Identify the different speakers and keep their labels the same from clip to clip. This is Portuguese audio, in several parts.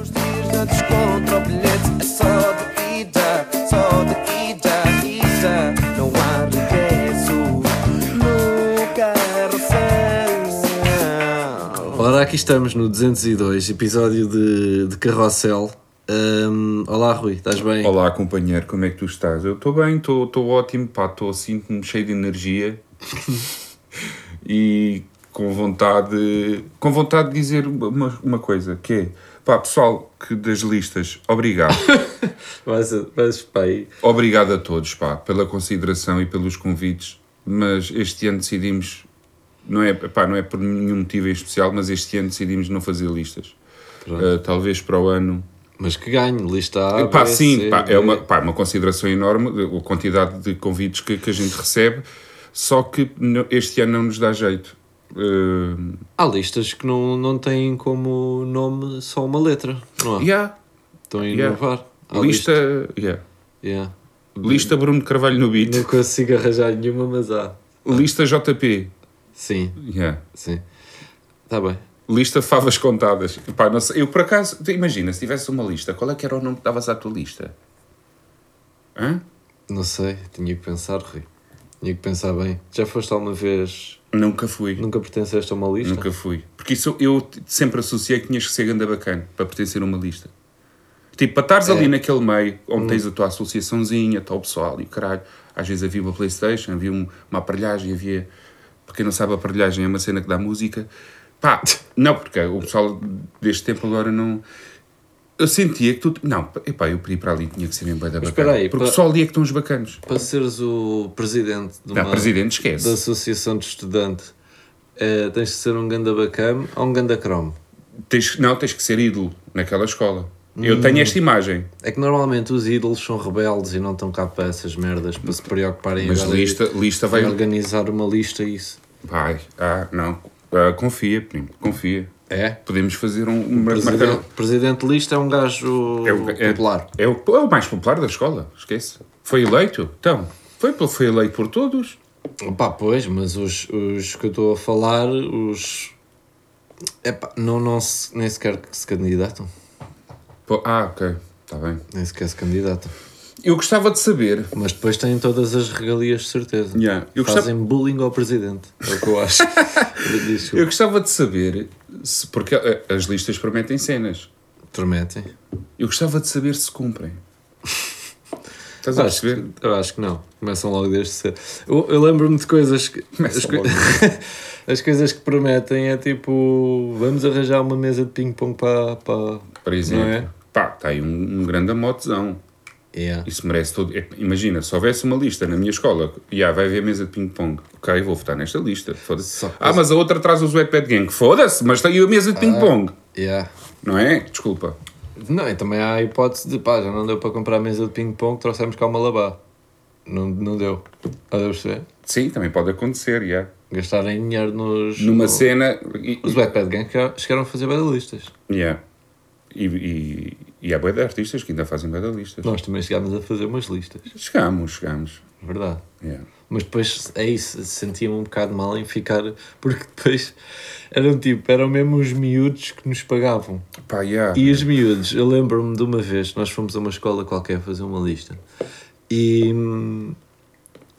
Speaker 1: os dias na descontra, o bilhete é só de ida, só de ida, ida. Não há regresso, nunca recenso.
Speaker 2: Ora, aqui estamos no 202, episódio de, de Carrossel. Ahm, olá, Rui, estás bem?
Speaker 3: Olá, companheiro, como é que tu estás? Eu estou bem, estou ótimo, pá, estou sinto-me cheio de energia e com vontade, com vontade de dizer uma, uma coisa, que é, pá, pessoal que das listas, obrigado.
Speaker 2: Vais, vais para aí.
Speaker 3: obrigado a todos, pá, pela consideração e pelos convites, mas este ano decidimos, não é, pá, não é por nenhum motivo em especial, mas este ano decidimos não fazer listas. Ah, talvez para o ano
Speaker 2: Mas que ganho, lista A.
Speaker 3: Pá,
Speaker 2: B,
Speaker 3: sim,
Speaker 2: C,
Speaker 3: pá,
Speaker 2: D.
Speaker 3: é uma, pá, uma consideração enorme de- a quantidade de convites que, que a gente recebe, só que no- este ano não nos dá jeito. Uh,
Speaker 2: Há listas que não, não têm como nome só uma letra, não há?
Speaker 3: yeah,
Speaker 2: Estão a
Speaker 3: yeah.
Speaker 2: inovar. Há
Speaker 3: Oh. Lista, yeah.
Speaker 2: yeah.
Speaker 3: lista Bruno Carvalho no beat,
Speaker 2: Não consigo arranjar nenhuma, mas há.
Speaker 3: lista JP,
Speaker 2: Sim,
Speaker 3: yeah.
Speaker 2: sim. Está bem.
Speaker 3: lista Favas Contadas. Pá, não sei, eu por acaso, tu imagina, se tivesse uma lista, qual é que era o nome que davas à tua lista? Hã?
Speaker 2: Não sei, tinha que pensar, Rui. Tinha que pensar bem. Já foste alguma vez.
Speaker 3: Nunca fui.
Speaker 2: Nunca pertenceste a uma lista?
Speaker 3: Nunca fui. Porque isso eu t- sempre associei que tinhas que ser ganda bacana para pertencer a uma lista. Tipo, para estares
Speaker 2: É.
Speaker 3: ali naquele meio
Speaker 2: Hum.
Speaker 3: onde tens a tua associaçãozinha, tal pessoal e o caralho. Às vezes havia uma Playstation, havia um- uma aparelhagem, havia. Para quem não sabe, a aparelhagem é uma cena que dá música. Pá, não, porque o pessoal deste tempo agora não. Eu sentia que tu. Não, epá, eu pedi para ali, tinha que ser em bué da bacana.
Speaker 2: espera aí,
Speaker 3: porque
Speaker 2: pa-
Speaker 3: só ali é que estão os bacanos.
Speaker 2: Para seres o presidente de uma
Speaker 3: Não, presidente,
Speaker 2: da
Speaker 3: esquece.
Speaker 2: associação de estudante, eh, tens de ser um ganda bacam ou um ganda cromo.
Speaker 3: Tens- não, tens que ser ídolo naquela escola.
Speaker 2: Hum.
Speaker 3: Eu tenho esta imagem.
Speaker 2: É que normalmente os ídolos são rebeldes e não estão cá para essas merdas, para se preocuparem
Speaker 3: Mas
Speaker 2: agora em-
Speaker 3: lista, lista
Speaker 2: em
Speaker 3: vai.
Speaker 2: organizar uma lista e isso.
Speaker 3: Vai. Ah, não. Ah, confia, primo, confia.
Speaker 2: É?
Speaker 3: Podemos fazer um. um mar- marcar
Speaker 2: Presidente, presidente de lista é um gajo
Speaker 3: um- é o- é-
Speaker 2: popular.
Speaker 3: É, o, é o mais popular da escola, esquece. Foi eleito? Então, foi, pelo- foi eleito por todos.
Speaker 2: Pá, pois, mas os, os que eu estou a falar, os... Epá, não, não se, nem sequer que se candidatam.
Speaker 3: Pô, ah, ok. Está bem.
Speaker 2: Nem sequer se candidatam.
Speaker 3: Eu gostava de saber.
Speaker 2: Mas depois têm todas as regalias, de certeza.
Speaker 3: Yeah. Eu gostava-
Speaker 2: Fazem bullying ao presidente. É o que eu acho. Desculpa.
Speaker 3: Eu gostava de saber. Se, porque ah, as listas prometem cenas.
Speaker 2: Prometem.
Speaker 3: Eu gostava de saber se cumprem. Estás a
Speaker 2: Eu acho,
Speaker 3: perceber?
Speaker 2: que, eu acho que não. Começam logo desde cedo. Eu, eu lembro-me de coisas que.
Speaker 3: Começam
Speaker 2: As, coi-
Speaker 3: logo.
Speaker 2: as coisas que prometem é tipo. Vamos arranjar uma mesa de ping-pong para. para...
Speaker 3: Por exemplo.
Speaker 2: Não é?
Speaker 3: Pá, está aí um, um grande amotezão.
Speaker 2: Yeah.
Speaker 3: Isso merece todo. é, Imagina, se houvesse uma lista na minha escola, já vai haver mesa de ping-pong. Ok, vou votar nesta lista. Foda-se.
Speaker 2: Só que-
Speaker 3: Ah, mas a outra traz os Wattpad Gang. Foda-se, mas tem a mesa de ping-pong.
Speaker 2: Yeah.
Speaker 3: Não é? Desculpa.
Speaker 2: Não, e também há a hipótese de. Pá, já não deu para comprar mesa de ping-pong, trouxemos cá uma labá. Não, não deu. Estás a perceber?
Speaker 3: Sim, também pode acontecer, já.
Speaker 2: Gastarem dinheiro nos.
Speaker 3: Numa
Speaker 2: no-
Speaker 3: cena. E,
Speaker 2: Os Backpad Gang chegaram- chegaram a fazer badalistas.
Speaker 3: yeah. e, e, e há boia de artistas que ainda fazem boia de listas.
Speaker 2: Nós também chegámos a fazer umas listas. é
Speaker 3: Chegamos, chegamos.
Speaker 2: Verdade.
Speaker 3: Yeah.
Speaker 2: Mas depois é isso, sentia-me um bocado mal em ficar, porque depois eram tipo, eram mesmo os miúdos que nos pagavam.
Speaker 3: Pá, yeah.
Speaker 2: E os miúdos, eu lembro-me de uma vez, nós fomos a uma escola qualquer fazer uma lista e hum,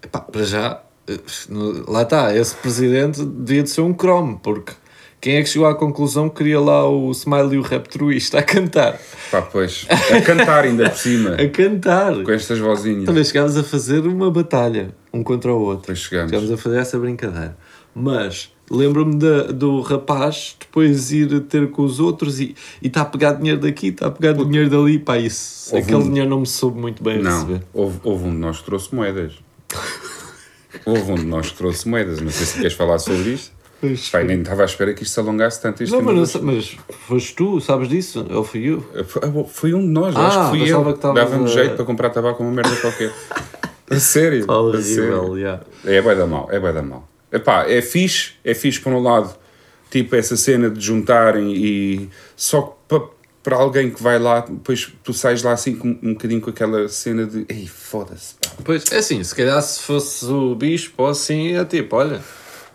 Speaker 2: epá, para já, eh, no- lá está, esse presidente devia de ser um cromo, porque quem é que chegou à conclusão que queria lá o Smiley e o Raptruista a cantar?
Speaker 3: Pá, pois. A cantar ainda por cima.
Speaker 2: A cantar!
Speaker 3: Com estas vozinhas.
Speaker 2: Também chegámos a fazer uma batalha, um contra o outro.
Speaker 3: Pois chegámos.
Speaker 2: Chegámos a fazer essa brincadeira. Mas lembro-me da- do rapaz depois ir ter com os outros e está a pegar dinheiro daqui, está a pegar dinheiro dali. Pá, isso.
Speaker 3: Houve
Speaker 2: aquele
Speaker 3: um-
Speaker 2: dinheiro não me soube muito bem
Speaker 3: Não,
Speaker 2: receber.
Speaker 3: houve, houve um de nós que trouxe moedas. houve um de nós que trouxe moedas. Não sei se queres falar sobre isto.
Speaker 2: Pois
Speaker 3: Pai, nem estava à espera que isto se alongasse tanto. Isto
Speaker 2: Não,
Speaker 3: é
Speaker 2: mas, não
Speaker 3: uma-
Speaker 2: sei- mas foste tu, sabes disso? Ou fui eu?
Speaker 3: Ah, Foi um de nós, acho
Speaker 2: Ah,
Speaker 3: que fui
Speaker 2: pensava
Speaker 3: eu.
Speaker 2: que estavas
Speaker 3: Dava-me
Speaker 2: a-
Speaker 3: jeito para comprar tabaco a uma merda qualquer. a sério. a
Speaker 2: Horrível,
Speaker 3: sério.
Speaker 2: yeah.
Speaker 3: É bué da mal, é bué da mal. Epá, é fixe, é fixe por um lado, tipo essa cena de juntarem e... Só que pa- para alguém que vai lá, depois tu sais lá assim com, um bocadinho com aquela cena de... Ei, foda-se, pá.
Speaker 2: Pois, é assim, se calhar se fosse o bispo ou assim, é tipo, olha,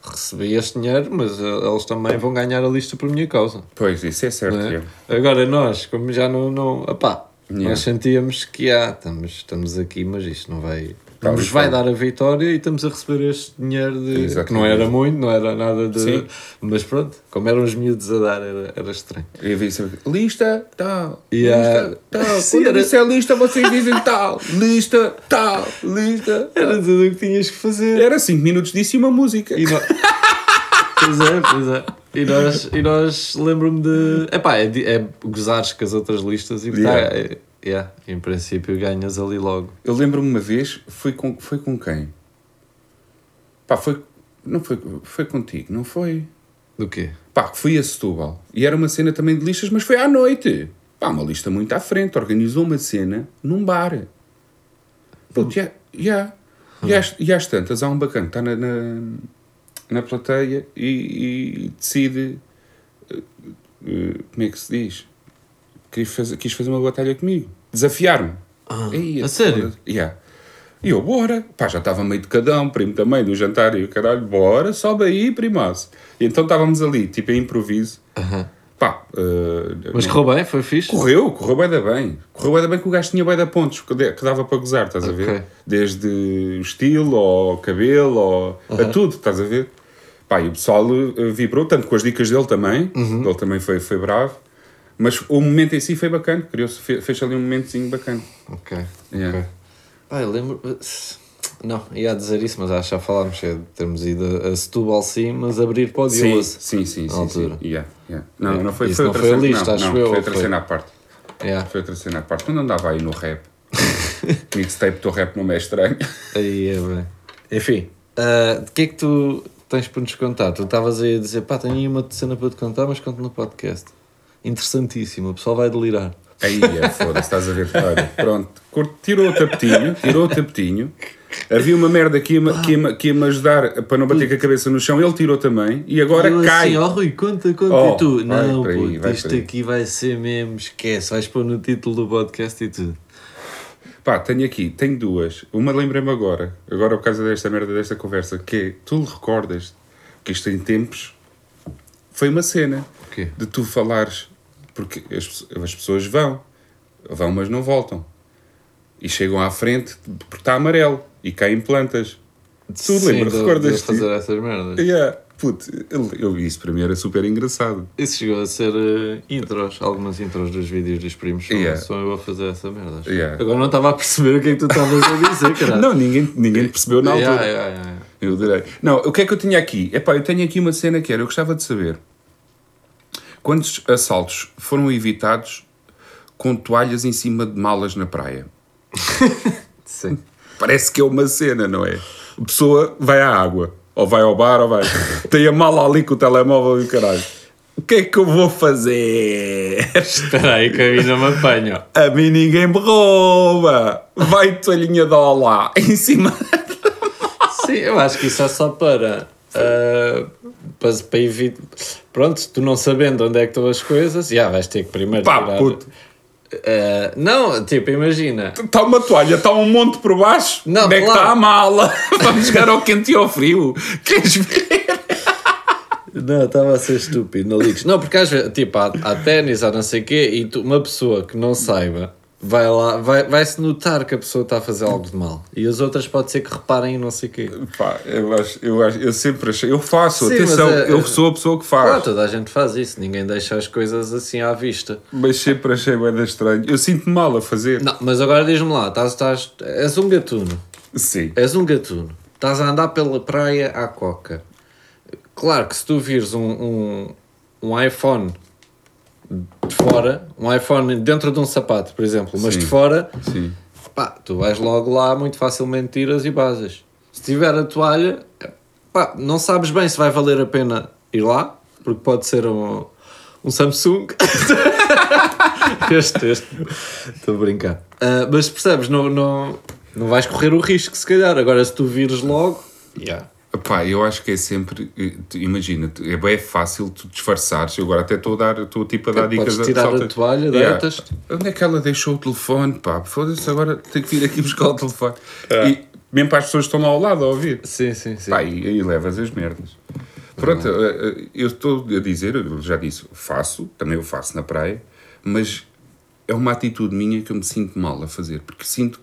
Speaker 2: recebi este dinheiro, mas eh, eles também vão ganhar a lista por minha causa.
Speaker 3: Pois, isso é certo.
Speaker 2: não é?
Speaker 3: é.
Speaker 2: Agora nós, como já não. não epá,
Speaker 3: Yeah.
Speaker 2: Nós sentíamos que ah, estamos, estamos aqui, mas isto não vai. Não
Speaker 3: Tal e
Speaker 2: nos vai
Speaker 3: qual.
Speaker 2: dar a vitória e estamos a receber este dinheiro de- que não
Speaker 3: Exatamente.
Speaker 2: era muito, não era nada de.
Speaker 3: Sim.
Speaker 2: Mas pronto, como eram os miúdos a dar, era, era estranho.
Speaker 3: Eu vi sempre, lista, tal,
Speaker 2: E há-
Speaker 3: lista, tal.
Speaker 2: Sim,
Speaker 3: Quando eu
Speaker 2: era-
Speaker 3: disser lista, vocês dizem tal, lista, tal, lista.
Speaker 2: Era tudo o que tinhas que fazer.
Speaker 3: Era 5 minutos disso e uma música.
Speaker 2: E nós... pois é, pois é. E nós, e nós lembro-me de. Epá, é, di- é gozares com as outras listas e
Speaker 3: Yeah.
Speaker 2: tá, é- yeah, em princípio ganhas ali logo.
Speaker 3: Eu lembro-me uma vez, foi com, foi com quem? Pá, foi, não foi, foi contigo, não foi?
Speaker 2: Do quê?
Speaker 3: Pá, que fui a Setúbal. E era uma cena também de listas, mas foi à noite. Pá, uma lista muito à frente. Organizou uma cena num bar. Puto, já. já. E, às, e às tantas, há um bacana que está na, na, na plateia e, e decide. eh, eh, como é que se diz? Quis fazer, quis fazer uma batalha comigo. Desafiar-me. Ei,
Speaker 2: Ah, a sério?
Speaker 3: Yeah. E eu, bora. Pá, já estava meio de cadão, primo também, do jantar. E o caralho, bora, sobe aí, primaço. E então estávamos ali, tipo, a improviso. Pá, eh,
Speaker 2: Mas correu bem, foi fixe.
Speaker 3: Correu, correu bem da bem. Correu bem da bem que o gajo tinha bem da pontos, que de- que dava para gozar, estás a ver?
Speaker 2: Ok.
Speaker 3: Desde o estilo, ao cabelo, ao... a tudo, estás a ver? Pá, e o pessoal eh, vibrou, tanto com as dicas dele também,
Speaker 2: Uhum.
Speaker 3: ele também foi, foi bravo, mas o momento em si foi bacana, criou-se, fe- fez ali um momentozinho bacana.
Speaker 2: Ok.
Speaker 3: Yeah.
Speaker 2: ok. Ah, eu lembro. Não, ia dizer isso, mas acho que já falámos. é de termos ido a Setúbal sim, mas abrir para o
Speaker 3: Sim,
Speaker 2: Dioso.
Speaker 3: sim, sim,
Speaker 2: na
Speaker 3: sim, sim.
Speaker 2: altura.
Speaker 3: Yeah, yeah. Não,
Speaker 2: Yeah.
Speaker 3: não foi,
Speaker 2: Isso
Speaker 3: foi
Speaker 2: não
Speaker 3: outra
Speaker 2: foi a
Speaker 3: cena,
Speaker 2: lista,
Speaker 3: não,
Speaker 2: acho
Speaker 3: não,
Speaker 2: eu,
Speaker 3: foi
Speaker 2: ou
Speaker 3: outra
Speaker 2: foi?
Speaker 3: cena à parte.
Speaker 2: Yeah.
Speaker 3: Foi outra cena à parte, quando andava aí no rap, mixtape do rap não me é estranho.
Speaker 2: Aí é bem. Enfim, ah, de que é que tu tens para nos contar? Tu estavas aí a dizer, pá, tenho aí uma cena para te contar, mas conto no podcast. Interessantíssimo, o pessoal vai delirar.
Speaker 3: Aí, é, foda-se, estás a ver. Olha, pronto, Cur- tirou o tapetinho, tirou o tapetinho. Havia uma merda que ia-me que ia que ia ajudar para não bater com a cabeça no chão, ele tirou também e agora
Speaker 2: Eu
Speaker 3: cai.
Speaker 2: assim, ó Rui, conta, conta.
Speaker 3: Oh,
Speaker 2: e tu,
Speaker 3: vai
Speaker 2: não,
Speaker 3: por aí,
Speaker 2: puto,
Speaker 3: vai por
Speaker 2: isto
Speaker 3: aí."
Speaker 2: aqui vai ser mesmo, esquece, vais pôr no título do podcast e tudo.
Speaker 3: Pá, tenho aqui, tenho duas. Uma lembrei-me agora, agora por causa desta merda, desta conversa, que é, tu recordas que isto em tempos foi uma cena
Speaker 2: O quê?
Speaker 3: de tu falares, porque as, pe- as pessoas vão, vão mas não voltam. E chegam à frente porque está amarelo e caem plantas. Tu lembras,
Speaker 2: de-
Speaker 3: recordas-te?
Speaker 2: de fazer essas merdas.
Speaker 3: Yeah. Puto, eu- eu vi isso para mim era super engraçado.
Speaker 2: Isso chegou a ser eh, intros, algumas intros dos vídeos dos primos. Só,
Speaker 3: Yeah.
Speaker 2: só eu a fazer essa merda. acho.
Speaker 3: Yeah.
Speaker 2: Agora não estava a perceber o que é que tu estavas a dizer, caralho.
Speaker 3: Não, ninguém, ninguém percebeu na
Speaker 2: Yeah,
Speaker 3: altura.
Speaker 2: yeah, yeah.
Speaker 3: Eu direi. Não, o que é que eu tinha aqui? Epá, eu tenho aqui uma cena que era, eu gostava de saber quantos assaltos foram evitados com toalhas em cima de malas na praia?
Speaker 2: Sim.
Speaker 3: Parece que é uma cena, não é? A pessoa vai à água, ou vai ao bar, ou vai. Tem a mala ali com o telemóvel e o caralho. O que é que eu vou fazer?
Speaker 2: Espera aí que a mim não me apanho.
Speaker 3: A mim ninguém me rouba. Vai toalhinha de olá em cima.
Speaker 2: Sim, eu acho que isso é só para. ah, para, para evitar. Pronto, tu não sabendo onde é que estão as coisas, já vais ter que primeiro.
Speaker 3: Pá,
Speaker 2: tirar-
Speaker 3: puto.
Speaker 2: Ah, não, tipo, imagina.
Speaker 3: Está uma toalha, está um monte por baixo.
Speaker 2: Não,
Speaker 3: Onde é que
Speaker 2: claro.
Speaker 3: está a mala? Vamos chegar ao quente e ao frio. Queres ver?
Speaker 2: Não, estava a ser estúpido, não ligues. Não, porque às vezes, tipo, há, há ténis, há não sei o quê, e tu- uma pessoa que não saiba vai lá, vai- vai-se notar que a pessoa está a fazer algo de mal. E as outras pode ser que reparem em não sei o quê.
Speaker 3: Pá, eu, acho, eu, acho, eu sempre achei. Eu faço,
Speaker 2: Sim,
Speaker 3: atenção,
Speaker 2: mas é-
Speaker 3: eu sou a pessoa que
Speaker 2: Claro,
Speaker 3: faz.
Speaker 2: toda a gente faz isso, ninguém deixa as coisas assim à vista.
Speaker 3: Mas sempre achei bem estranho. Eu sinto-me mal a fazer.
Speaker 2: Não, mas agora diz-me lá, estás, estás, és um gatuno,
Speaker 3: Sim.
Speaker 2: és um gatuno, estás a andar pela praia à coca. Claro que se tu vires um, um, um iPhone de fora, um iPhone dentro de um sapato, por exemplo, mas
Speaker 3: Sim.
Speaker 2: de fora,
Speaker 3: Sim.
Speaker 2: pá, tu vais logo lá, muito facilmente tiras e basas. Se tiver a toalha, pá, não sabes bem se vai valer a pena ir lá, porque pode ser um, um Samsung. este, este. Estou a brincar. Ah, mas percebes, não, não, não vais correr o risco, se calhar. Agora, se tu vires logo, yeah.
Speaker 3: Pá, eu acho que é sempre. eh, tu- Imagina, tu- é bem fácil tu disfarçares. Eu agora até estou a dar, estou tipo a dar
Speaker 2: Podes
Speaker 3: dicas
Speaker 2: tirar a
Speaker 3: salta-
Speaker 2: toalha, deitas-te.
Speaker 3: Onde é que ela deixou o telefone? Pá, foda-se, agora tenho que vir aqui buscar o É. telefone. E mesmo para as pessoas que estão lá ao lado a ouvir.
Speaker 2: sim, sim, sim.
Speaker 3: Pá, e, e levas as merdas. Pronto, eh, eh, eu estou a dizer, eu já disse, faço, também eu faço na praia, mas é uma atitude minha que eu me sinto mal a fazer, porque sinto.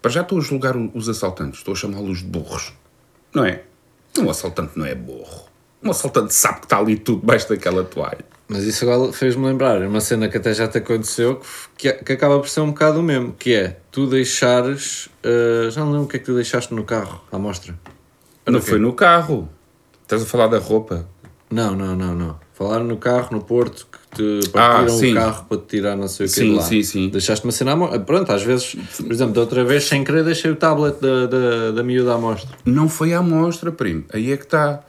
Speaker 3: Para já estou a julgar o- os assaltantes, estou a chamá-los de burros, não é? Um assaltante não é burro. Um assaltante sabe que está ali tudo debaixo daquela toalha.
Speaker 2: Mas isso agora fez-me lembrar é uma cena que até já te aconteceu que, que acaba por ser um bocado o mesmo, que é tu deixares. eh, já não lembro o que é que tu deixaste no carro à mostra.
Speaker 3: Não foi no carro. Estás a falar da roupa.
Speaker 2: Não, não, não, não. Falaram no carro, no Porto, que te partiram
Speaker 3: Ah, sim.
Speaker 2: o carro para te tirar não sei o que
Speaker 3: Sim,
Speaker 2: de lá.
Speaker 3: sim, sim.
Speaker 2: Deixaste uma cena à mostra. Pronto, às vezes, por exemplo, da outra vez, sem querer, deixei o tablet da, da, da miúda à mostra.
Speaker 3: Não foi à amostra, primo. Aí é que está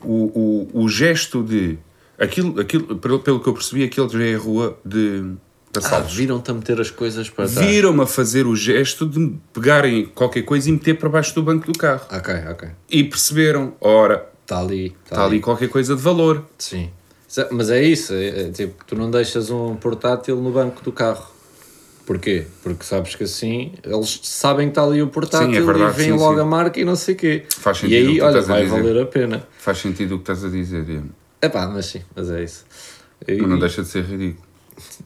Speaker 3: o, o, o gesto de. Aquilo, aquilo, pelo, pelo que eu percebi, aquilo já é a rua de, de
Speaker 2: Ah,
Speaker 3: assaltos.
Speaker 2: Viram-te a meter as coisas para trás.
Speaker 3: Viram-me a fazer o gesto de me pegarem qualquer coisa e meter para baixo do banco do carro.
Speaker 2: Ok, ok.
Speaker 3: E perceberam, ora,
Speaker 2: Está ali. Está
Speaker 3: está Tá ali qualquer coisa de valor.
Speaker 2: Sim. Sa- Mas é isso, é- é tipo, tu não deixas um portátil no banco do carro. Porquê? Porque sabes que assim eles sabem que está ali o portátil
Speaker 3: Sim, é verdade,
Speaker 2: e veem
Speaker 3: sim,
Speaker 2: logo
Speaker 3: sim.
Speaker 2: a marca e não sei o quê.
Speaker 3: Faz
Speaker 2: e
Speaker 3: sentido o que
Speaker 2: aí,
Speaker 3: tu
Speaker 2: olha,
Speaker 3: estás a
Speaker 2: vai
Speaker 3: dizer.
Speaker 2: valer a pena.
Speaker 3: Faz sentido o que estás a dizer, Ian.
Speaker 2: Epá, mas sim, mas é isso. E-
Speaker 3: mas não deixa de ser ridículo.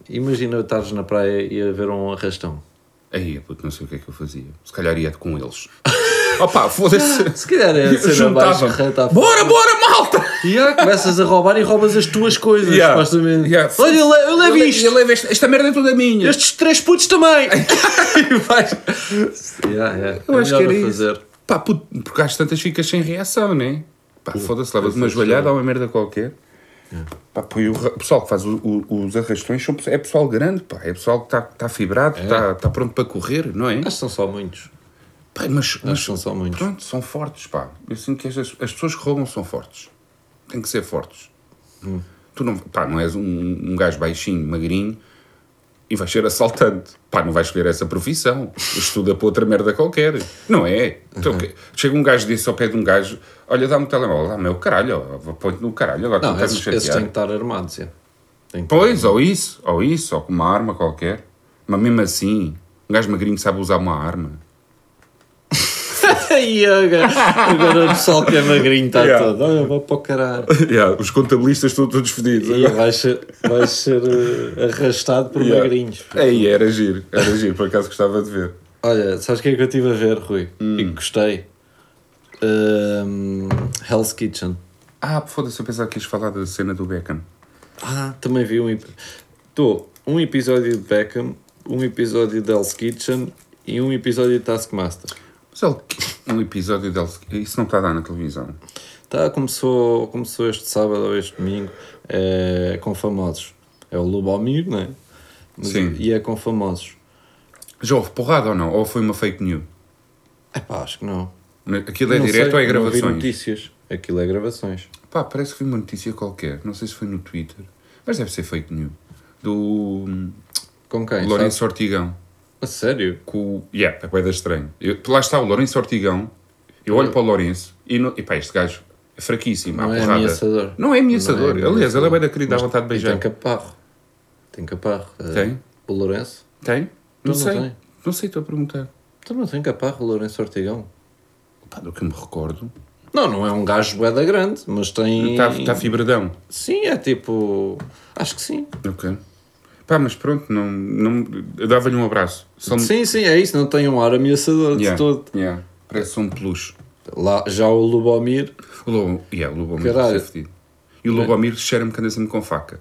Speaker 2: Imagina eu estares na praia e a ver um arrastão.
Speaker 3: Aí, puto, não sei o que é que eu fazia. Se calhar ia com eles. Opa, foda-se.
Speaker 2: Se calhar é a
Speaker 3: Eu
Speaker 2: cena mais
Speaker 3: juntava-me.
Speaker 2: correta à
Speaker 3: Bora, bora, malta!
Speaker 2: E ah, começas a roubar e roubas as tuas coisas,
Speaker 3: Yeah.
Speaker 2: supostamente.
Speaker 3: Yeah.
Speaker 2: Olha, eu, le- eu levo
Speaker 3: le-
Speaker 2: isto.
Speaker 3: eu levo esta, esta merda é toda minha.
Speaker 2: Estes três putos também! e vais. Yeah, yeah.
Speaker 3: Eu
Speaker 2: É
Speaker 3: acho
Speaker 2: melhor
Speaker 3: que era
Speaker 2: a
Speaker 3: isso.
Speaker 2: fazer.
Speaker 3: Pá, puto, porque às tantas ficas sem reação, né? Pá, foda-se, levas
Speaker 2: é
Speaker 3: uma joelhada ou uma merda qualquer. Pá, pô, e o ra- pessoal que faz o- o- os arrastões são pe- é pessoal grande, pá. É pessoal que está tá fibrado,
Speaker 2: É.
Speaker 3: está tá pronto para correr, não é?
Speaker 2: Acho que são só muitos.
Speaker 3: Pá, mas, mas
Speaker 2: que não são muitos.
Speaker 3: Pronto, são fortes, pá. Eu sinto que estas, as pessoas que roubam são fortes. Têm que ser fortes.
Speaker 2: Hum.
Speaker 3: Tu não, pá, não és um, um gajo baixinho, magrinho e vais ser assaltante. Pá, não vais escolher essa profissão. Estuda para outra merda qualquer. Não é? Então,
Speaker 2: Uhum.
Speaker 3: que- Chega um gajo desse ao pé de um gajo, olha, dá-me o telemóvel, dá-me o caralho, ó, põe-te no caralho, agora tu
Speaker 2: Não,
Speaker 3: estás a
Speaker 2: esses, esses têm
Speaker 3: chatear.
Speaker 2: que estar armados, é. Tem que
Speaker 3: Pois, ou isso, ou isso, ou com uma arma qualquer. Mas mesmo assim, um gajo magrinho sabe usar uma arma.
Speaker 2: Ai, agora, agora o pessoal que é magrinho está
Speaker 3: Yeah.
Speaker 2: todo. Olha, vou para o caralho.
Speaker 3: Yeah, os contabilistas estão todos fedidos.
Speaker 2: E vais ser, vais ser eh, arrastado por
Speaker 3: Yeah.
Speaker 2: magrinhos.
Speaker 3: Aí, era giro, era giro, por acaso gostava de ver.
Speaker 2: Olha, sabes o que é que eu estive a ver, Rui? E que gostei. Ahm, Hell's Kitchen.
Speaker 3: Ah, foda-se, eu pensava que ias falar da cena do Beckham.
Speaker 2: Ah, também vi um Estou um episódio de Beckham, um episódio de Hell's Kitchen e um episódio de Taskmaster.
Speaker 3: Mas ele, um episódio dele, isso não está a dar na televisão.
Speaker 2: Tá, começou, começou este sábado ou este domingo eh, com famosos. É o Lubomir, não é? Mas-
Speaker 3: Sim.
Speaker 2: E é com famosos.
Speaker 3: Já houve porrada ou não? Ou foi uma fake news?
Speaker 2: Epá, acho que não.
Speaker 3: Aquilo é
Speaker 2: Não
Speaker 3: direto
Speaker 2: sei,
Speaker 3: ou
Speaker 2: não vi
Speaker 3: é gravações?
Speaker 2: notícias. Aquilo é gravações.
Speaker 3: Pá, parece que vi uma notícia qualquer, não sei se foi no Twitter, mas deve ser fake news. Do hum,
Speaker 2: Com quem?
Speaker 3: Lourenço Ortigão.
Speaker 2: sabes? A sério?
Speaker 3: Com o. Yeah, é coisa estranho. Eu, lá está o Lourenço Ortigão, eu olho para o Lourenço e, não, e pá, este gajo é fraquíssimo, à
Speaker 2: Não é
Speaker 3: porrada.
Speaker 2: ameaçador.
Speaker 3: Não é ameaçador.
Speaker 2: Não é
Speaker 3: Aliás, ele é bem
Speaker 2: ameaçador.
Speaker 3: da querida, dá vontade de
Speaker 2: E
Speaker 3: beijar.
Speaker 2: tem caparro. Tem caparro. Eh,
Speaker 3: Tem?
Speaker 2: O Lourenço?
Speaker 3: Tem?
Speaker 2: Não,
Speaker 3: Não,
Speaker 2: não
Speaker 3: sei.
Speaker 2: tem.
Speaker 3: Não sei, estou a perguntar.
Speaker 2: Tu não tem caparro, o Lourenço Ortigão?
Speaker 3: Pá, do que me recordo.
Speaker 2: Não, não é um gajo bué da grande, mas tem...
Speaker 3: Está tá fibradão.
Speaker 2: Sim, é tipo... Acho que sim.
Speaker 3: Ok. Pá, mas pronto, não, não, eu dava-lhe um abraço. Só me-
Speaker 2: Sim, sim, é isso. Não tem um ar ameaçador
Speaker 3: Yeah,
Speaker 2: de todo.
Speaker 3: yeah. Parece só um peluche.
Speaker 2: Lá, já o Lubomir...
Speaker 3: O Lobo, yeah, o Lobomir
Speaker 2: Caralho. é?
Speaker 3: deve ser fedido. E o Lobomir cheira-me que anda sempre com faca.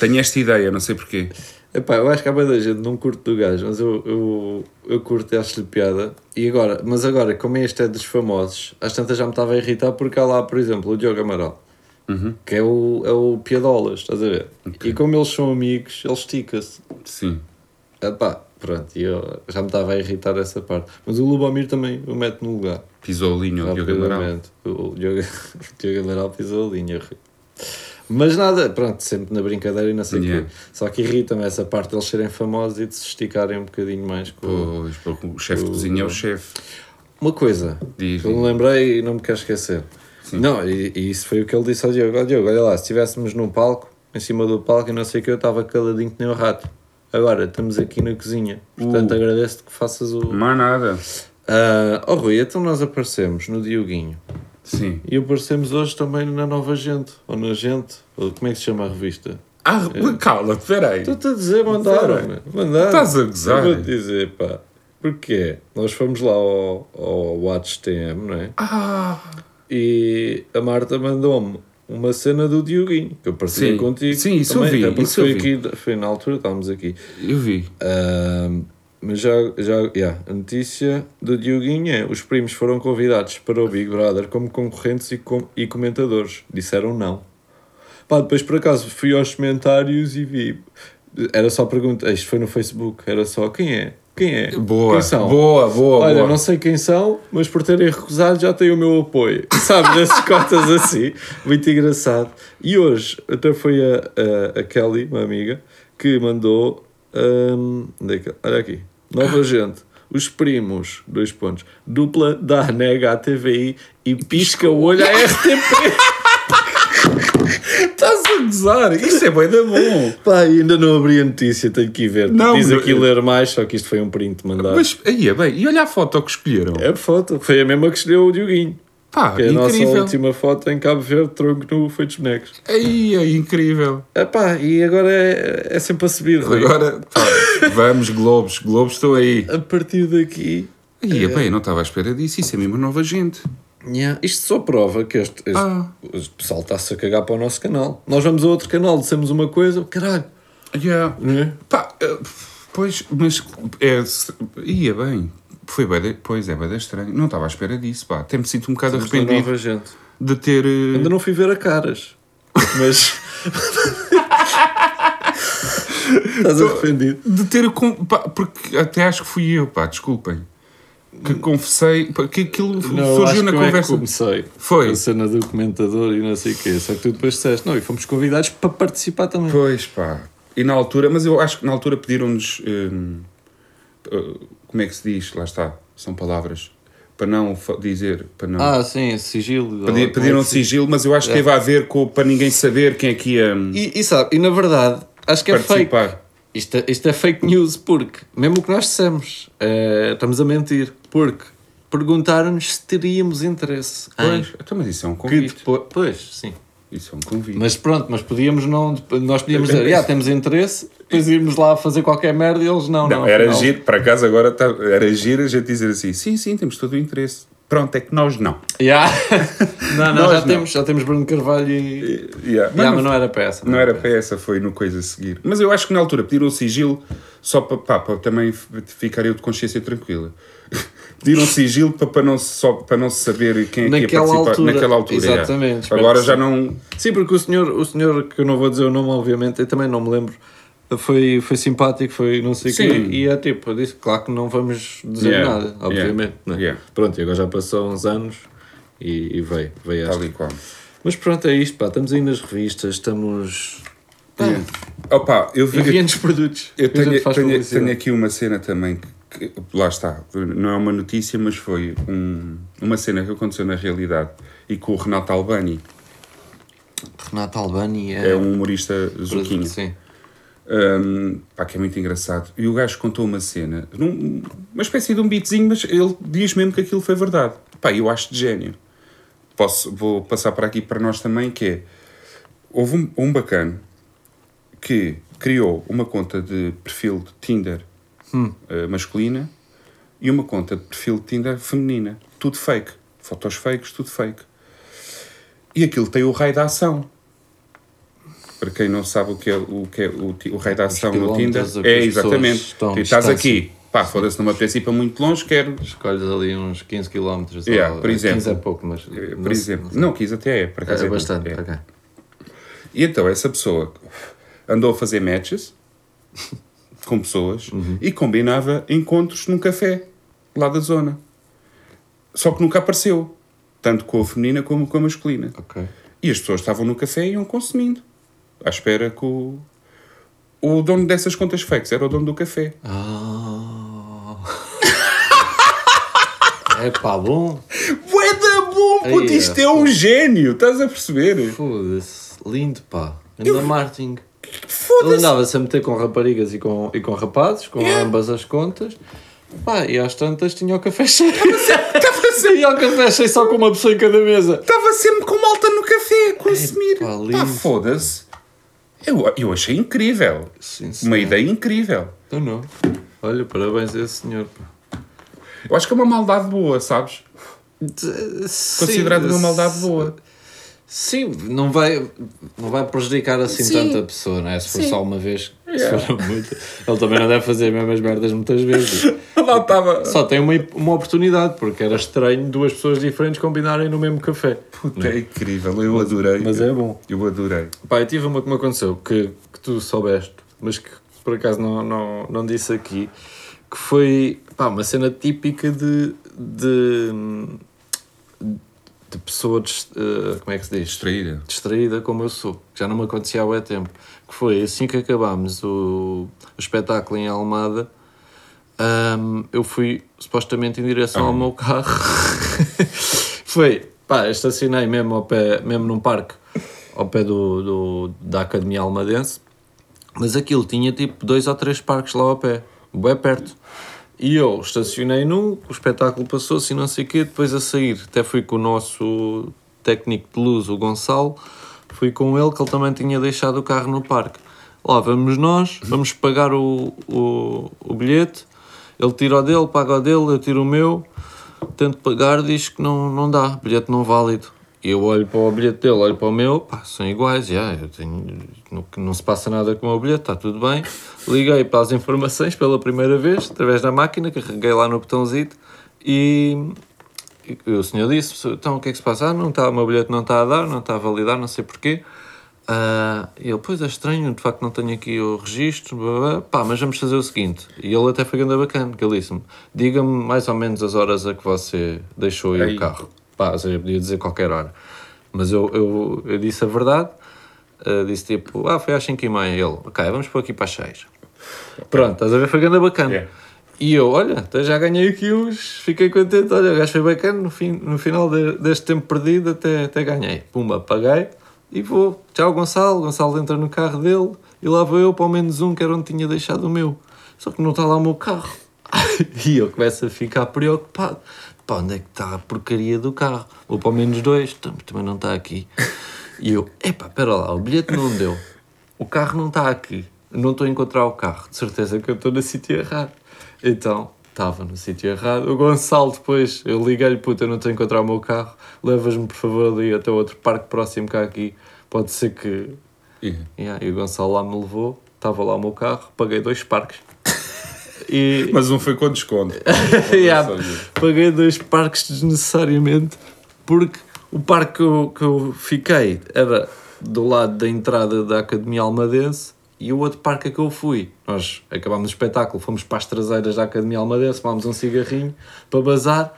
Speaker 3: Tenho esta ideia, não sei porquê.
Speaker 2: Epá, eu acho que há bem da gente, não curto do gajo, mas eu, eu, eu curto e acho-lhe piada. E agora, mas agora, como este é dos famosos, às tantas já me estava a irritar porque há lá, por exemplo, o Diogo Amaral, que é o, é o Piadolas, estás a ver? E como eles são amigos, ele estica-se.
Speaker 3: Sim.
Speaker 2: Epá, pronto, e eu já me estava a irritar essa parte. Mas o Lubomir também o mete no lugar.
Speaker 3: Pisou a linha ao Diogo Amaral.
Speaker 2: Rapidamente. O Diogo, o Diogo Amaral pisou a linha. Rui. Mas nada, pronto, sempre na brincadeira e não sei o
Speaker 3: Yeah.
Speaker 2: quê. Só que irrita-me essa parte de eles serem famosos e de se esticarem um bocadinho mais. Com...
Speaker 3: Pois, porque o chefe de cozinha é o chefe.
Speaker 2: Uma coisa
Speaker 3: Diz,
Speaker 2: que eu me lembrei e não me quero esquecer. Não, e, e isso foi o que ele disse ao Diogo. Ó Diogo, olha lá, se estivéssemos num palco, em cima do palco e não sei o que, eu estava caladinho que nem o rato. Agora, estamos aqui na cozinha. Portanto,
Speaker 3: Uh.
Speaker 2: agradeço-te que faças o...
Speaker 3: Não há nada.
Speaker 2: Ah, oh Rui, então nós aparecemos no Dioguinho
Speaker 3: Sim.
Speaker 2: E aparecemos hoje também na Nova Gente, ou na Gente, ou como é que se chama a revista?
Speaker 3: Ah,
Speaker 2: É.
Speaker 3: cala-te, peraí.
Speaker 2: Estou-te a dizer, mandaram.
Speaker 3: Sério?
Speaker 2: meu, mandaram.
Speaker 3: Estás a gozar?
Speaker 2: Eu vou-te dizer, pá. Porquê? Nós fomos lá ao, ao Watch TM, não é?
Speaker 3: Ah,
Speaker 2: E a Marta mandou-me uma cena do Dioguinho, que eu partilhei
Speaker 3: Sim.
Speaker 2: contigo.
Speaker 3: Sim, isso eu
Speaker 2: também,
Speaker 3: vi,
Speaker 2: até porque
Speaker 3: isso eu
Speaker 2: foi,
Speaker 3: vi.
Speaker 2: aqui, foi na altura, estávamos aqui.
Speaker 3: eu vi.
Speaker 2: Ahm, mas já, já yeah, a notícia do Dioguinho é os primos foram convidados para o Big Brother como concorrentes e, com, e comentadores. Disseram não. Pá, depois por acaso fui aos comentários e vi. Era só pergunta. Isto foi no Facebook. Era só quem é? Quem é?
Speaker 3: Boa,
Speaker 2: Quem são?
Speaker 3: boa, boa,
Speaker 2: Olha,
Speaker 3: boa.
Speaker 2: não sei quem são, mas por terem recusado já têm o meu apoio. Sabes, essas cotas assim. Muito engraçado. E hoje até foi a, a, a Kelly, uma amiga, que mandou. hum, onde é que- olha aqui. Nova gente. Os primos, dois pontos. Dupla da Nega à TVI e pisca o olho à RTP.
Speaker 3: Estás a gozar. Isto é bem da bom.
Speaker 2: Pá, ainda não abri a notícia, tenho que ir ver.
Speaker 3: Não,
Speaker 2: Diz
Speaker 3: não-
Speaker 2: aqui ler mais, só que isto foi um print mandado.
Speaker 3: Mas aí é bem. E olha a foto que escolheram.
Speaker 2: É foto. Foi a mesma que escolheu o Dioguinho.
Speaker 3: Pá,
Speaker 2: Que é a nossa
Speaker 3: Ah, incrível.
Speaker 2: última foto em Cabo Verde, tronco nu, foi dos bonecos.
Speaker 3: Aí é incrível.
Speaker 2: Epá, e agora é, é sempre a subir, Rui.
Speaker 3: Agora, pá, vamos, Globos. Globos estão aí.
Speaker 2: A partir daqui...
Speaker 3: Aí é bem, não estava à espera disso. Isso é mesmo nova gente.
Speaker 2: Nhá, Isto só prova que este, este-
Speaker 3: Ah.
Speaker 2: este pessoal está-se a cagar para o nosso canal. Nós vamos a outro canal, dissemos uma coisa, caralho.
Speaker 3: Yeah.
Speaker 2: Né?
Speaker 3: Pá, eh, pois, mas é, se- ia bem. Foi bem, de- pois é, bem de estranho. Não estava à espera disso, pá. Até me sinto um bocado
Speaker 2: Temos da
Speaker 3: arrependido
Speaker 2: nova gente.
Speaker 3: de ter. eh,
Speaker 2: Ainda não fui ver a caras. Mas... Estás arrependido?
Speaker 3: De ter. con- pá, porque até acho que fui eu, pá, desculpem. Que confessei. pá, que aquilo surgiu
Speaker 2: Hum. acho
Speaker 3: na
Speaker 2: que eu é que
Speaker 3: conversa.
Speaker 2: comecei.
Speaker 3: Foi.
Speaker 2: A cena do comentador e não sei o quê. Só que tu depois disseste, não, e fomos convidados para participar também.
Speaker 3: Pois, pá. E na altura, mas eu acho que na altura pediram-nos. hum, eh, como é que se diz? Lá está, são palavras. Para não fa- dizer. Para não.
Speaker 2: Ah, é sim, sigilo.
Speaker 3: Pedi- pediram um sigilo, mas eu acho que teve a ver com para ninguém saber quem é que ia hum,
Speaker 2: E, e sabe, e na verdade, acho que é
Speaker 3: participar.
Speaker 2: fake. Isto, é- isto é fake news porque, mesmo o que nós dissemos, eh, estamos a mentir. Porque perguntaram-nos se teríamos interesse. em
Speaker 3: Pois, então, mas isso é um
Speaker 2: que
Speaker 3: convite.
Speaker 2: depois, pois, sim.
Speaker 3: Isso é um convite.
Speaker 2: Mas pronto, mas podíamos não. Nós podíamos dizer, "Ya, temos interesse, depois irmos lá fazer qualquer merda e eles não.
Speaker 3: não,
Speaker 2: não
Speaker 3: era
Speaker 2: afinal."
Speaker 3: giro, para casa agora tá- era giro a gente dizer assim: sim, sim, temos todo o interesse. Pronto, é que nós não.
Speaker 2: Ya. não, não,
Speaker 3: Nós
Speaker 2: já,
Speaker 3: não.
Speaker 2: Temos, já temos Bruno Carvalho e.
Speaker 3: Yeah,
Speaker 2: Ya, mas não é? era peça.
Speaker 3: Não era para essa, foi no coisa a seguir. Mas eu acho que na altura pediram o sigilo só para, pá, para também f- ficar eu de consciência tranquila. Pediram o sigilo para, para, não, se- só, para não se saber quem é que ia
Speaker 2: Naquela
Speaker 3: participar
Speaker 2: altura,
Speaker 3: naquela altura. yeah.
Speaker 2: exatamente, espero
Speaker 3: Agora
Speaker 2: que
Speaker 3: já
Speaker 2: sim.
Speaker 3: não.
Speaker 2: Sim, porque o senhor, o senhor, que eu não vou dizer o nome, obviamente, eu também não me lembro, foi, foi simpático, foi não sei o quê,
Speaker 3: Sim.
Speaker 2: e é tipo, eu disse, claro que não vamos dizer
Speaker 3: Yeah,
Speaker 2: nada, obviamente.
Speaker 3: yeah,
Speaker 2: né?
Speaker 3: yeah.
Speaker 2: Pronto, e agora já passou uns anos e, e veio, veio
Speaker 3: Tal
Speaker 2: esta.
Speaker 3: e qual.
Speaker 2: Mas pronto, é isto, pá, estamos aí nas revistas, estamos... Pá,
Speaker 3: Opa, eu vi.
Speaker 2: enviem-nos produtos.
Speaker 3: Eu
Speaker 2: a gente
Speaker 3: tenho,
Speaker 2: faz
Speaker 3: tenho-
Speaker 2: publicidade.
Speaker 3: tenho aqui uma cena também que, que- lá está, não é uma notícia, mas foi um- uma cena que aconteceu na realidade e com o Renato Albani,
Speaker 2: Renato Albani é...
Speaker 3: é um humorista zuquinho,
Speaker 2: Sim.
Speaker 3: Hum, pá, que é muito engraçado. E o gajo contou uma cena, num- uma espécie de um beatzinho, mas ele diz mesmo que aquilo foi verdade. Pá, eu acho de gênio. Posso, vou passar para aqui para nós também, que é... Houve um, um bacano que criou uma conta de perfil de Tinder
Speaker 2: Hum.
Speaker 3: eh, masculina e uma conta de perfil de Tinder feminina. Tudo fake. Fotos fakes, tudo fake. E aquilo tem o raio da ação. Para quem não sabe o que é o, que é o, ti- o raio da ação no Tinder,
Speaker 2: quilómetros a que
Speaker 3: é
Speaker 2: as pessoas
Speaker 3: exatamente.
Speaker 2: estão
Speaker 3: Tu
Speaker 2: à
Speaker 3: estás
Speaker 2: distância.
Speaker 3: aqui, pá, foda-se, não me apetece ir para muito longe, quero.
Speaker 2: Escolhes ali uns 15 km,
Speaker 3: Yeah,
Speaker 2: ou-
Speaker 3: por
Speaker 2: 15 é
Speaker 3: exemplo.
Speaker 2: pouco, mas...
Speaker 3: eh, Por
Speaker 2: não-
Speaker 3: exemplo, não quis até é, para
Speaker 2: É
Speaker 3: casa
Speaker 2: bastante, para cá.
Speaker 3: E então essa pessoa andou a fazer matches com pessoas e combinava encontros num café lá da zona. Só que nunca apareceu, tanto com a feminina como com a masculina.
Speaker 2: Ok.
Speaker 3: E as pessoas estavam no café e iam consumindo, à espera que o, o dono dessas contas fakes era o dono do café.
Speaker 2: Ah. É pá, bom.
Speaker 3: Ué, da bom, puto,
Speaker 2: Aí,
Speaker 3: isto é um gênio, estás a perceber?
Speaker 2: Foda-se, lindo pá. Anda marketing. Ele
Speaker 3: Foda-se!
Speaker 2: andava-se a meter com raparigas e com, e com rapazes, com ambas as contas. Pá, e às tantas tinha o café cheio. Tinha o café cheio só com uma pessoa em cada mesa.
Speaker 3: Estava sempre com malta no café a consumir.
Speaker 2: Epá, lindo.
Speaker 3: Pá, foda-se. Eu, eu achei incrível.
Speaker 2: Sim,
Speaker 3: Uma
Speaker 2: senhor.
Speaker 3: ideia incrível.
Speaker 2: Então não. Olha, parabéns a esse senhor. pá.
Speaker 3: Eu acho que é uma maldade boa, sabes?
Speaker 2: Sim,
Speaker 3: Considerado uma maldade boa.
Speaker 2: Sim, não vai, não vai prejudicar assim
Speaker 3: Sim.
Speaker 2: tanta pessoa, não é? Se for
Speaker 3: Sim.
Speaker 2: só uma vez,
Speaker 3: Yeah.
Speaker 2: se for muito. Ele também não deve fazer as mesmas merdas muitas vezes.
Speaker 3: Lá estava.
Speaker 2: Só tem uma, uma oportunidade, porque era estranho duas pessoas diferentes combinarem no mesmo café.
Speaker 3: Puta, é incrível. Eu adorei.
Speaker 2: Mas é bom.
Speaker 3: Eu adorei.
Speaker 2: Pá, eu tive uma que me aconteceu, que, que tu soubeste, mas que por acaso não, não, não disse aqui, que foi pá, uma cena típica de. de, de pessoa. des- eh, como é que se diz?
Speaker 3: Distraída.
Speaker 2: distraída como eu sou, que já não me acontecia há bué tempo. Que foi assim que acabámos o, o espetáculo em Almada, hum, eu fui supostamente em direção ao meu carro. foi, pá, estacionei mesmo, ao pé, mesmo num parque, ao pé do, do- da Academia Almadense, mas aquilo tinha tipo dois ou três parques lá ao pé, bem perto. E eu estacionei num, o espetáculo passou-se e não sei o quê, depois a sair, até fui com o nosso técnico de luz, o Gonçalo, fui com ele, que ele também tinha deixado o carro no parque. Lá vamos nós, vamos pagar o, o, o bilhete, ele tira o dele, paga o dele, eu tiro o meu, tento pagar, diz que não, não dá, bilhete não é válido. Eu olho para o bilhete dele, olho para o meu, pá, são iguais, já, eu tenho, não, não se passa nada com o meu bilhete, está tudo bem. Liguei para as informações pela primeira vez, através da máquina, carreguei lá no botãozinho e, e o senhor disse, então o que é que se passa? Ah, não está, o meu bilhete não está a dar, não está a validar, não sei porquê. Ah, e ele, pois é estranho, de facto não tenho aqui o registro, blá, blá, blá. pá, mas vamos fazer o seguinte. E ele até foi grande bacana, que ele disse-me, diga-me mais ou menos as horas a que você deixou ir
Speaker 3: Aí.
Speaker 2: o carro. Pá, ou seja, eu podia dizer qualquer hora. Mas eu, eu, eu disse a verdade, ah, disse tipo, ah, foi às 5 e meia. Ele, ok, vamos pôr aqui para as 6. Pronto, estás a ver, foi grande bacana.
Speaker 3: É.
Speaker 2: E eu, olha, então já ganhei aqui uns, fiquei contente, olha, o gajo foi bacana, no, fim, no final de- deste tempo perdido até, até ganhei. Pumba, paguei e vou. Tchau, Gonçalo. Gonçalo entra no carro dele e lá vou eu para o menos um, que era onde tinha deixado o meu. Só que não está lá o meu carro. e eu começo a ficar preocupado. Pá, onde é que está a porcaria do carro? Vou para o menos dois, tam- também não está aqui. E eu, epá, espera lá, o bilhete não deu. O carro não está aqui. Não estou a encontrar o carro. De certeza que eu estou no sítio errado. Então, estava no sítio errado. O Gonçalo depois, eu liguei-lhe, puta, eu não estou a encontrar o meu carro. Levas-me, por favor, ali até outro parque próximo cá aqui. Pode ser que...
Speaker 3: É.
Speaker 2: Yeah, E o Gonçalo lá me levou. Estava lá o meu carro. Paguei dois parques. E,
Speaker 3: Mas um foi com desconto.
Speaker 2: Yeah.
Speaker 3: Só dizer.
Speaker 2: Paguei dois parques desnecessariamente porque o parque que eu, que eu fiquei era do lado da entrada da Academia Almadense e o outro parque a que eu fui. Nós acabámos o espetáculo, fomos para as traseiras da Academia Almadense, tomámos um cigarrinho para bazar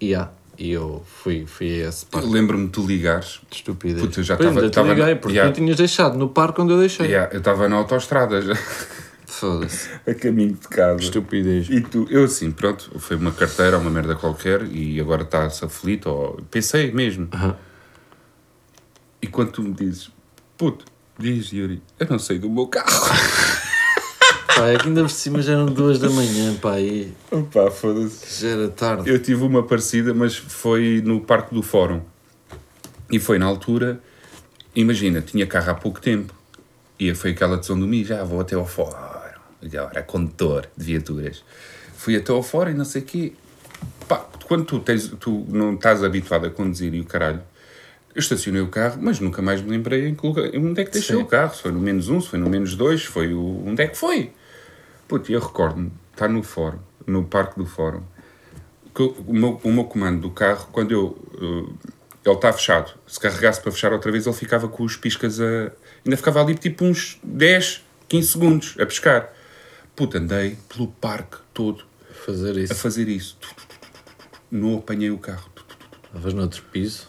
Speaker 2: e ah, e eu fui, fui a esse parque.
Speaker 3: Eu Lembro-me de tu ligares.
Speaker 2: de Estupidez.
Speaker 3: Puta, eu já
Speaker 2: Pois,
Speaker 3: tava-
Speaker 2: ainda te
Speaker 3: tava-
Speaker 2: liguei, porque
Speaker 3: yeah.
Speaker 2: tu tinhas deixado no parque onde eu deixei.
Speaker 3: Yeah, eu estava na autoestrada já.
Speaker 2: Foda-se.
Speaker 3: A caminho de casa.
Speaker 2: Estupidez.
Speaker 3: E tu, eu assim, pronto, foi uma carteira, uma merda qualquer e agora está-se aflito, ou pensei mesmo.
Speaker 2: Aham.
Speaker 3: E quando tu me dizes, puto, diz Yuri, eu não sei do meu carro.
Speaker 2: Pá, é que ainda por cima já eram duas da manhã, pá, e
Speaker 3: Opa, foda-se.
Speaker 2: já era tarde.
Speaker 3: Eu tive uma parecida, mas foi no Parque do Fórum. E foi na altura, imagina, tinha carro há pouco tempo. E foi aquela decisão do mim, já vou até ao Fórum. Agora, condutor de viaturas. Fui até ao Fórum e não sei o quê. Pá, quando tu, tens, tu não estás habituado a conduzir e o caralho, eu estacionei o carro, mas nunca mais me lembrei em que lugar- em onde é que deixei
Speaker 2: Sim.
Speaker 3: o carro. Se foi no menos um, se foi no menos dois, se foi o, onde é que foi. Puto, eu recordo-me, está no fórum, no parque do fórum, que o o meu, o meu comando do carro, quando eu. uh, ele está fechado. Se carregasse para fechar outra vez, ele ficava com os piscas a. Ainda ficava ali tipo uns 10, 15 segundos a pescar. Puta, andei pelo parque todo
Speaker 2: fazer
Speaker 3: a
Speaker 2: isso.
Speaker 3: fazer isso. Não apanhei o carro.
Speaker 2: Estavas noutro piso.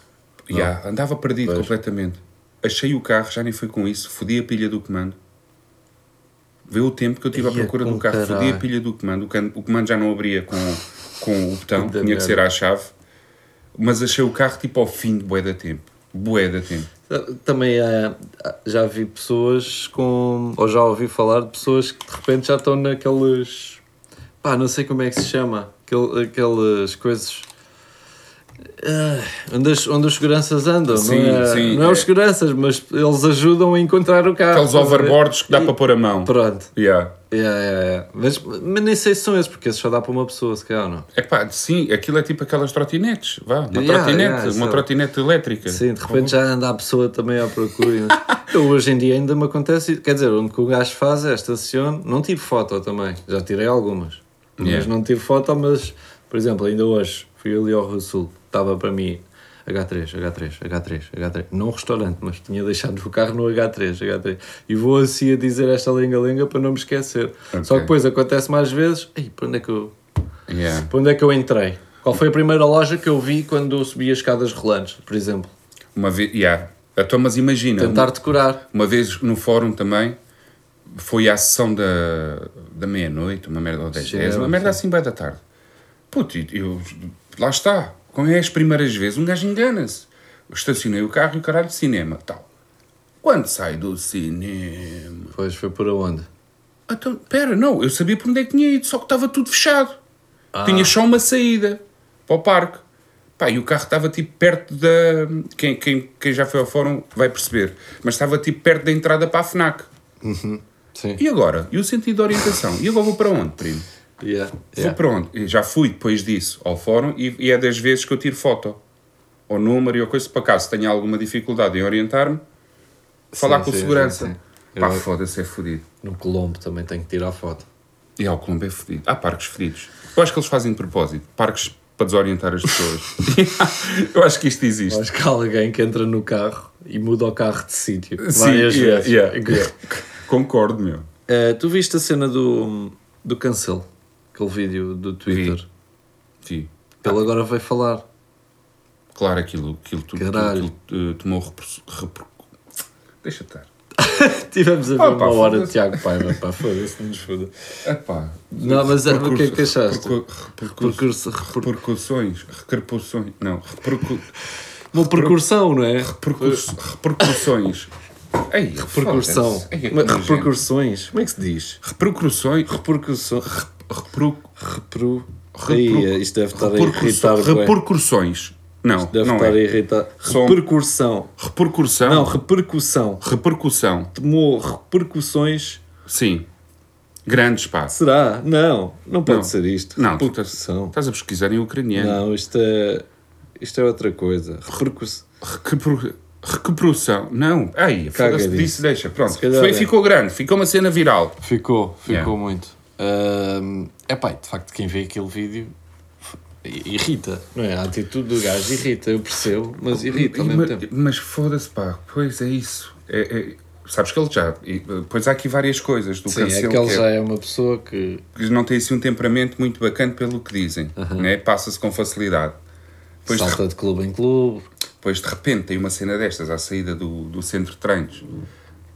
Speaker 3: Ya, andava perdido
Speaker 2: Pois.
Speaker 3: completamente. Achei o carro, já nem foi com isso, fodi a pilha do comando. Vê o tempo que eu tive à
Speaker 2: Ia
Speaker 3: procura do
Speaker 2: com
Speaker 3: carro, fodi a
Speaker 2: caralho.
Speaker 3: pilha do comando. O, can- o comando já não abria com, com o botão,
Speaker 2: Da
Speaker 3: tinha que ser
Speaker 2: merda.
Speaker 3: à chave. Mas achei o carro tipo ao fim de bué da tempo. Bué da tempo.
Speaker 2: Também há- já vi pessoas com. Ou já ouvi falar de pessoas que de repente já estão naqueles. Pá, não sei como é que se chama. Aquele, aquelas coisas. ah, onde, as, onde os seguranças andam,
Speaker 3: Sim,
Speaker 2: não é?
Speaker 3: sim,
Speaker 2: não é, os
Speaker 3: é.
Speaker 2: seguranças, mas eles ajudam a encontrar o carro.
Speaker 3: Aqueles
Speaker 2: Ah, estás a ver?
Speaker 3: overboards que dá
Speaker 2: E-
Speaker 3: para pôr a mão.
Speaker 2: Pronto.
Speaker 3: Yeah.
Speaker 2: Yeah, yeah, yeah. Mas, mas nem sei se são esses, porque esses só dá para uma pessoa, se calhar, não.
Speaker 3: É pá, sim, aquilo é tipo aquelas trotinetes, vá, uma
Speaker 2: Yeah,
Speaker 3: trotinete,
Speaker 2: yeah,
Speaker 3: uma
Speaker 2: so-
Speaker 3: trotinete elétrica.
Speaker 2: Sim, de repente já anda a pessoa também à procura. e não sei. Eu hoje em dia ainda me acontece, isso. quer dizer, onde que o gajo faz é estaciono, não tive foto também, já tirei algumas, mas
Speaker 3: Yeah.
Speaker 2: não tive foto, mas, por exemplo, ainda hoje fui ali ao Rio Sul, estava para mim H3, H3, H3, H3, não um restaurante, mas tinha deixado o carro no H3, H3, e vou assim a dizer esta lenga-lenga para não me esquecer. Só
Speaker 3: Ok.
Speaker 2: que depois acontece mais vezes, ei, para onde é que eu
Speaker 3: Yeah.
Speaker 2: para onde é que eu entrei? Qual foi a primeira loja que eu vi quando eu subi as escadas rolantes, por exemplo?
Speaker 3: Uma vez, yeah. Então, mas imagina,
Speaker 2: Tentar decorar.
Speaker 3: uma vez no fórum também, foi à sessão da, da meia-noite, uma merda ou 10,
Speaker 2: Sim,
Speaker 3: uma
Speaker 2: sim.
Speaker 3: merda assim bem da tarde. Puto, e- eu, lá está, como é as primeiras vezes, um gajo engana-se. Eu Estacionei o carro e o caralho, cinema, tal. Quando sai do cinema...
Speaker 2: Pois foi por aonde?
Speaker 3: Então, pera, não, eu sabia por onde é que tinha ido, só que estava tudo fechado.
Speaker 2: Ah.
Speaker 3: Tinha só uma saída para o parque. Pá, e o carro estava tipo perto da. Quem, quem, quem já foi ao fórum vai perceber. Mas estava tipo perto da entrada para a FNAC.
Speaker 2: Sim.
Speaker 3: E agora? E o sentido de orientação? E agora vou para onde, primo?
Speaker 2: Yeah.
Speaker 3: Vou para onde? E Já fui depois disso ao fórum e, e é das vezes que eu tiro foto. Ou número e ou coisa, se por acaso tenho alguma dificuldade em orientar-me, falar com o
Speaker 2: sim,
Speaker 3: segurança.
Speaker 2: sim, sim.
Speaker 3: Pá,
Speaker 2: Eu-
Speaker 3: foda-se, é fodido.
Speaker 2: No Colombo também tenho que tirar foto.
Speaker 3: E ao Colombo é fedido. Há parques fedidos. Eu acho que eles fazem de propósito. Parques para desorientar as pessoas. eu acho que isto existe.
Speaker 2: Acho que há alguém que entra no carro e muda o carro de sítio.
Speaker 3: Sim,
Speaker 2: várias
Speaker 3: yeah,
Speaker 2: vezes.
Speaker 3: yeah, yeah. Concordo, meu.
Speaker 2: Eh, tu viste a cena do, do cancel? Aquele vídeo do Twitter.
Speaker 3: Vi. Ah. Sim.
Speaker 2: Ele agora vai falar.
Speaker 3: Claro, aquilo, aquilo, tu- tu-
Speaker 2: Caralho.
Speaker 3: aquilo, eh, tomou repro- repro- Deixa estar.
Speaker 2: Tivemos a ver
Speaker 3: Oh, pá,
Speaker 2: uma hora de
Speaker 3: foda-se.
Speaker 2: Tiago Paiva. Pá, foda-se, não nos foda.
Speaker 3: Epá.
Speaker 2: Não, mas é, o que é que
Speaker 3: Percurso-
Speaker 2: achaste?
Speaker 3: percur- repercurso-
Speaker 2: Percurso, repor-
Speaker 3: Repercussões, repercussões, não, repercu-
Speaker 2: uma percursão, não é?
Speaker 3: percurso- repercussões. Ei,
Speaker 2: Repercussão.
Speaker 3: foda-se. Ei, é que
Speaker 2: Mas
Speaker 3: nojento.
Speaker 2: repercussões. Como é que se diz?
Speaker 3: Repercussões,
Speaker 2: Repercussão.
Speaker 3: repro-
Speaker 2: Repro.
Speaker 3: Repro-
Speaker 2: Aí, é, isto deve estar a irritar.
Speaker 3: Repercussão-
Speaker 2: bué.
Speaker 3: Repercussões. Não,
Speaker 2: Deve
Speaker 3: não
Speaker 2: estar a
Speaker 3: é.
Speaker 2: irritar.
Speaker 3: Som.
Speaker 2: Repercussão.
Speaker 3: Repercussão.
Speaker 2: Não, repercussão.
Speaker 3: Repercussão.
Speaker 2: Tomou repercussões.
Speaker 3: Sim. Grande espaço.
Speaker 2: Será? Não, não Tá pode
Speaker 3: Não.
Speaker 2: ser isto.
Speaker 3: Não, tu estás,
Speaker 2: repercussão.
Speaker 3: estás a pesquisar em ucraniano.
Speaker 2: Não, isto é. Isto é outra coisa. Repercussão.
Speaker 3: Recupro- Repercussão. Não. Ai,
Speaker 2: Caga
Speaker 3: foda-se
Speaker 2: disso.
Speaker 3: disso, deixa. Pronto.
Speaker 2: Se calhar
Speaker 3: Foi,
Speaker 2: é.
Speaker 3: ficou grande. Ficou uma cena viral.
Speaker 2: Ficou, ficou
Speaker 3: Yeah.
Speaker 2: muito. É pá, de facto, quem vê aquele vídeo irrita, não é? A atitude do gajo irrita, eu percebo, mas irrita ao mesmo
Speaker 3: mas
Speaker 2: tempo.
Speaker 3: mas foda-se, pá. Pois é isso. É- é- Sabes que ele já... e, Pois há aqui várias coisas do
Speaker 2: Sim,
Speaker 3: cancelo.
Speaker 2: aquele
Speaker 3: que é-
Speaker 2: já é uma pessoa que.
Speaker 3: que não tem assim um temperamento muito bacana pelo que dizem. Né? Passa-se com facilidade. Depois de
Speaker 2: salta de clube em clube.
Speaker 3: Depois de repente tem uma cena destas à saída do, do centro de treinos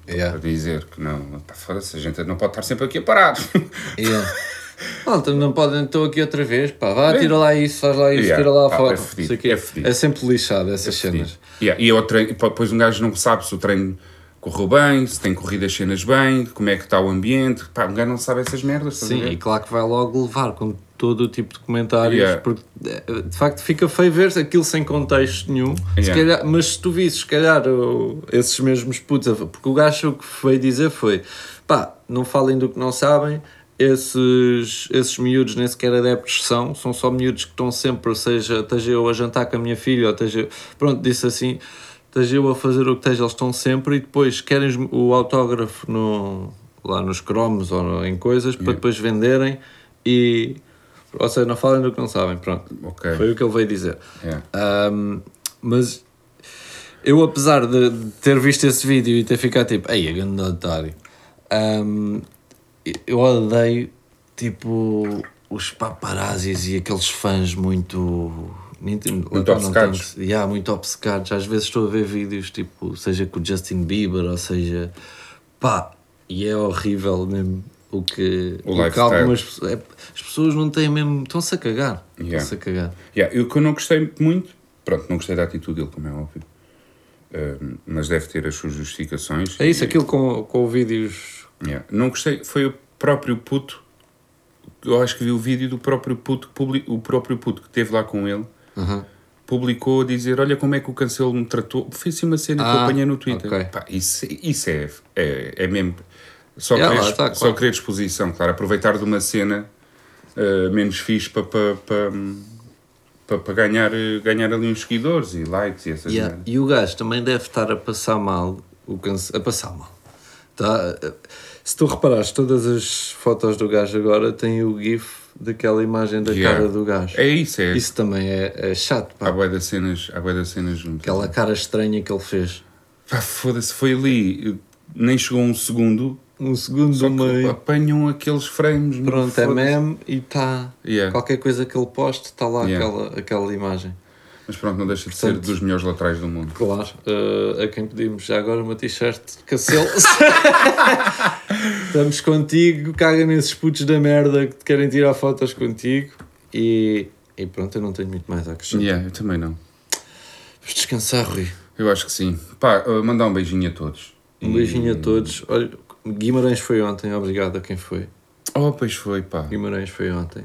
Speaker 3: para
Speaker 2: Yeah.
Speaker 3: dizer que não, pá, foda-se, a gente não pode estar sempre aqui a parar.
Speaker 2: Yeah. Malta, não podem, estou aqui outra vez, pá, vá, tira lá isso, faz lá isso,
Speaker 3: Yeah.
Speaker 2: tira lá a
Speaker 3: Pá,
Speaker 2: foto.
Speaker 3: é fedido,
Speaker 2: não sei o quê.
Speaker 3: é fedido.
Speaker 2: É sempre lixado essas cenas.
Speaker 3: yeah, e é o treino, e pá, depois um gajo não sabe se o treino correu bem, se tem corrido as cenas bem, como é que está o ambiente. Pá, um gajo não sabe essas merdas. estás a
Speaker 2: Sim,
Speaker 3: ver?
Speaker 2: e claro que vai logo levar com todo o tipo de comentários,
Speaker 3: Yeah.
Speaker 2: porque eh, de facto fica feio ver aquilo sem contexto nenhum. Se
Speaker 3: Yeah.
Speaker 2: calhar- mas se tu visses, se calhar, o- esses mesmos putos, a- porque o gajo o que foi dizer foi: pá, não falem do que não sabem. Esses, esses miúdos nem sequer adeptos são, são só miúdos que estão sempre, seja esteja eu a jantar com a minha filha, ou esteja, pronto, disse assim, esteja eu a fazer o que esteja, eles estão sempre e depois querem os- o autógrafo no, lá nos cromos ou no- em coisas para depois venderem e, ou seja, não falem do que não sabem, pronto.
Speaker 3: Ok.
Speaker 2: Foi o que ele veio dizer.
Speaker 3: Yeah.
Speaker 2: Ahm, mas eu, apesar de de ter visto esse vídeo e ter ficado tipo, ei, a grande otário, ahm, eu odeio tipo os paparazzis e aqueles fãs muito. nem tem- lá está, não
Speaker 3: obcecados.
Speaker 2: tem- yeah, muito obcecados. Às vezes estou a ver vídeos tipo, seja com o Justin Bieber, ou seja, pá, e é horrível mesmo o que,
Speaker 3: O
Speaker 2: que
Speaker 3: lifestyle.
Speaker 2: algumas pessoas. é- as pessoas não têm mesmo. estão-se a cagar.
Speaker 3: Yeah.
Speaker 2: Estão-se a cagar.
Speaker 3: Yeah, e o que eu não gostei muito, pronto, não gostei da atitude dele, como é óbvio, Ah, mas deve ter as suas justificações.
Speaker 2: É isso,
Speaker 3: E-
Speaker 2: aquilo com, com vídeos.
Speaker 3: Yeah. Não gostei, foi o próprio puto eu acho que vi o vídeo do próprio puto, que publi- o próprio puto que esteve lá com ele,
Speaker 2: Aham.
Speaker 3: publicou a dizer, olha como é que o Cancelo me tratou. Fez assim uma cena que eu
Speaker 2: Ah,
Speaker 3: apanhei no Twitter.
Speaker 2: ok.
Speaker 3: Pá, isso, isso é, é, é mesmo... Só,
Speaker 2: Yeah,
Speaker 3: querer,
Speaker 2: lá está,
Speaker 3: só
Speaker 2: claro.
Speaker 3: querer exposição, claro. Aproveitar de uma cena eh, menos fixe para... para, para para, para ganhar, eh, ganhar ali uns seguidores e likes e essas
Speaker 2: Yeah,
Speaker 3: merdas.
Speaker 2: E o gajo também deve estar a passar mal, o canse... a passar mal. Tá? eh, Se tu reparares, todas as fotos do gajo agora têm o gif daquela imagem da
Speaker 3: Yeah.
Speaker 2: cara do gajo.
Speaker 3: É isso, é.
Speaker 2: Isso também é, é chato, pá.
Speaker 3: Há bué das cenas, há bué das cenas juntas.
Speaker 2: Aquela cara estranha que ele fez.
Speaker 3: Pá, foda-se, foi ali, eh, nem chegou um segundo,
Speaker 2: Um segundo
Speaker 3: só
Speaker 2: e
Speaker 3: que
Speaker 2: meio.
Speaker 3: apanham aqueles frames. meu,
Speaker 2: Pronto, é
Speaker 3: foda-se.
Speaker 2: meme e está.
Speaker 3: Yeah.
Speaker 2: Qualquer coisa que ele poste, está lá
Speaker 3: Yeah.
Speaker 2: aquela, aquela imagem.
Speaker 3: Mas pronto, não deixa de ser
Speaker 2: Portanto-
Speaker 3: dos melhores laterais do mundo.
Speaker 2: Claro, eh, a quem pedimos já agora uma t-shirt Cacel. Estamos contigo, caga nesses putos da merda que te querem tirar fotos contigo. E, e pronto, eu não tenho muito mais a acrescentar.
Speaker 3: Yeah, eu também não.
Speaker 2: Vamos descansar, Rui.
Speaker 3: Eu acho que sim. Pá, uh, mandar um beijinho a todos.
Speaker 2: Um beijinho a todos. Olha, Guimarães foi ontem, obrigado a quem foi.
Speaker 3: Oh, pois foi, pá.
Speaker 2: Guimarães foi ontem.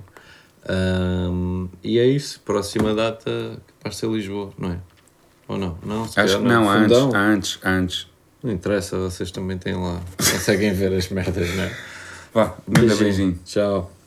Speaker 2: Ahm, e é isso, próxima data capaz de ser Lisboa, não é? Ou não? Não, se
Speaker 3: Acho
Speaker 2: calhar
Speaker 3: que não, há antes, tá?
Speaker 2: Fundão.
Speaker 3: há antes, há antes.
Speaker 2: Não interessa, vocês também têm lá. Conseguem ver as merdas, não é?
Speaker 3: Vá, manda beijinho.
Speaker 2: Tchau.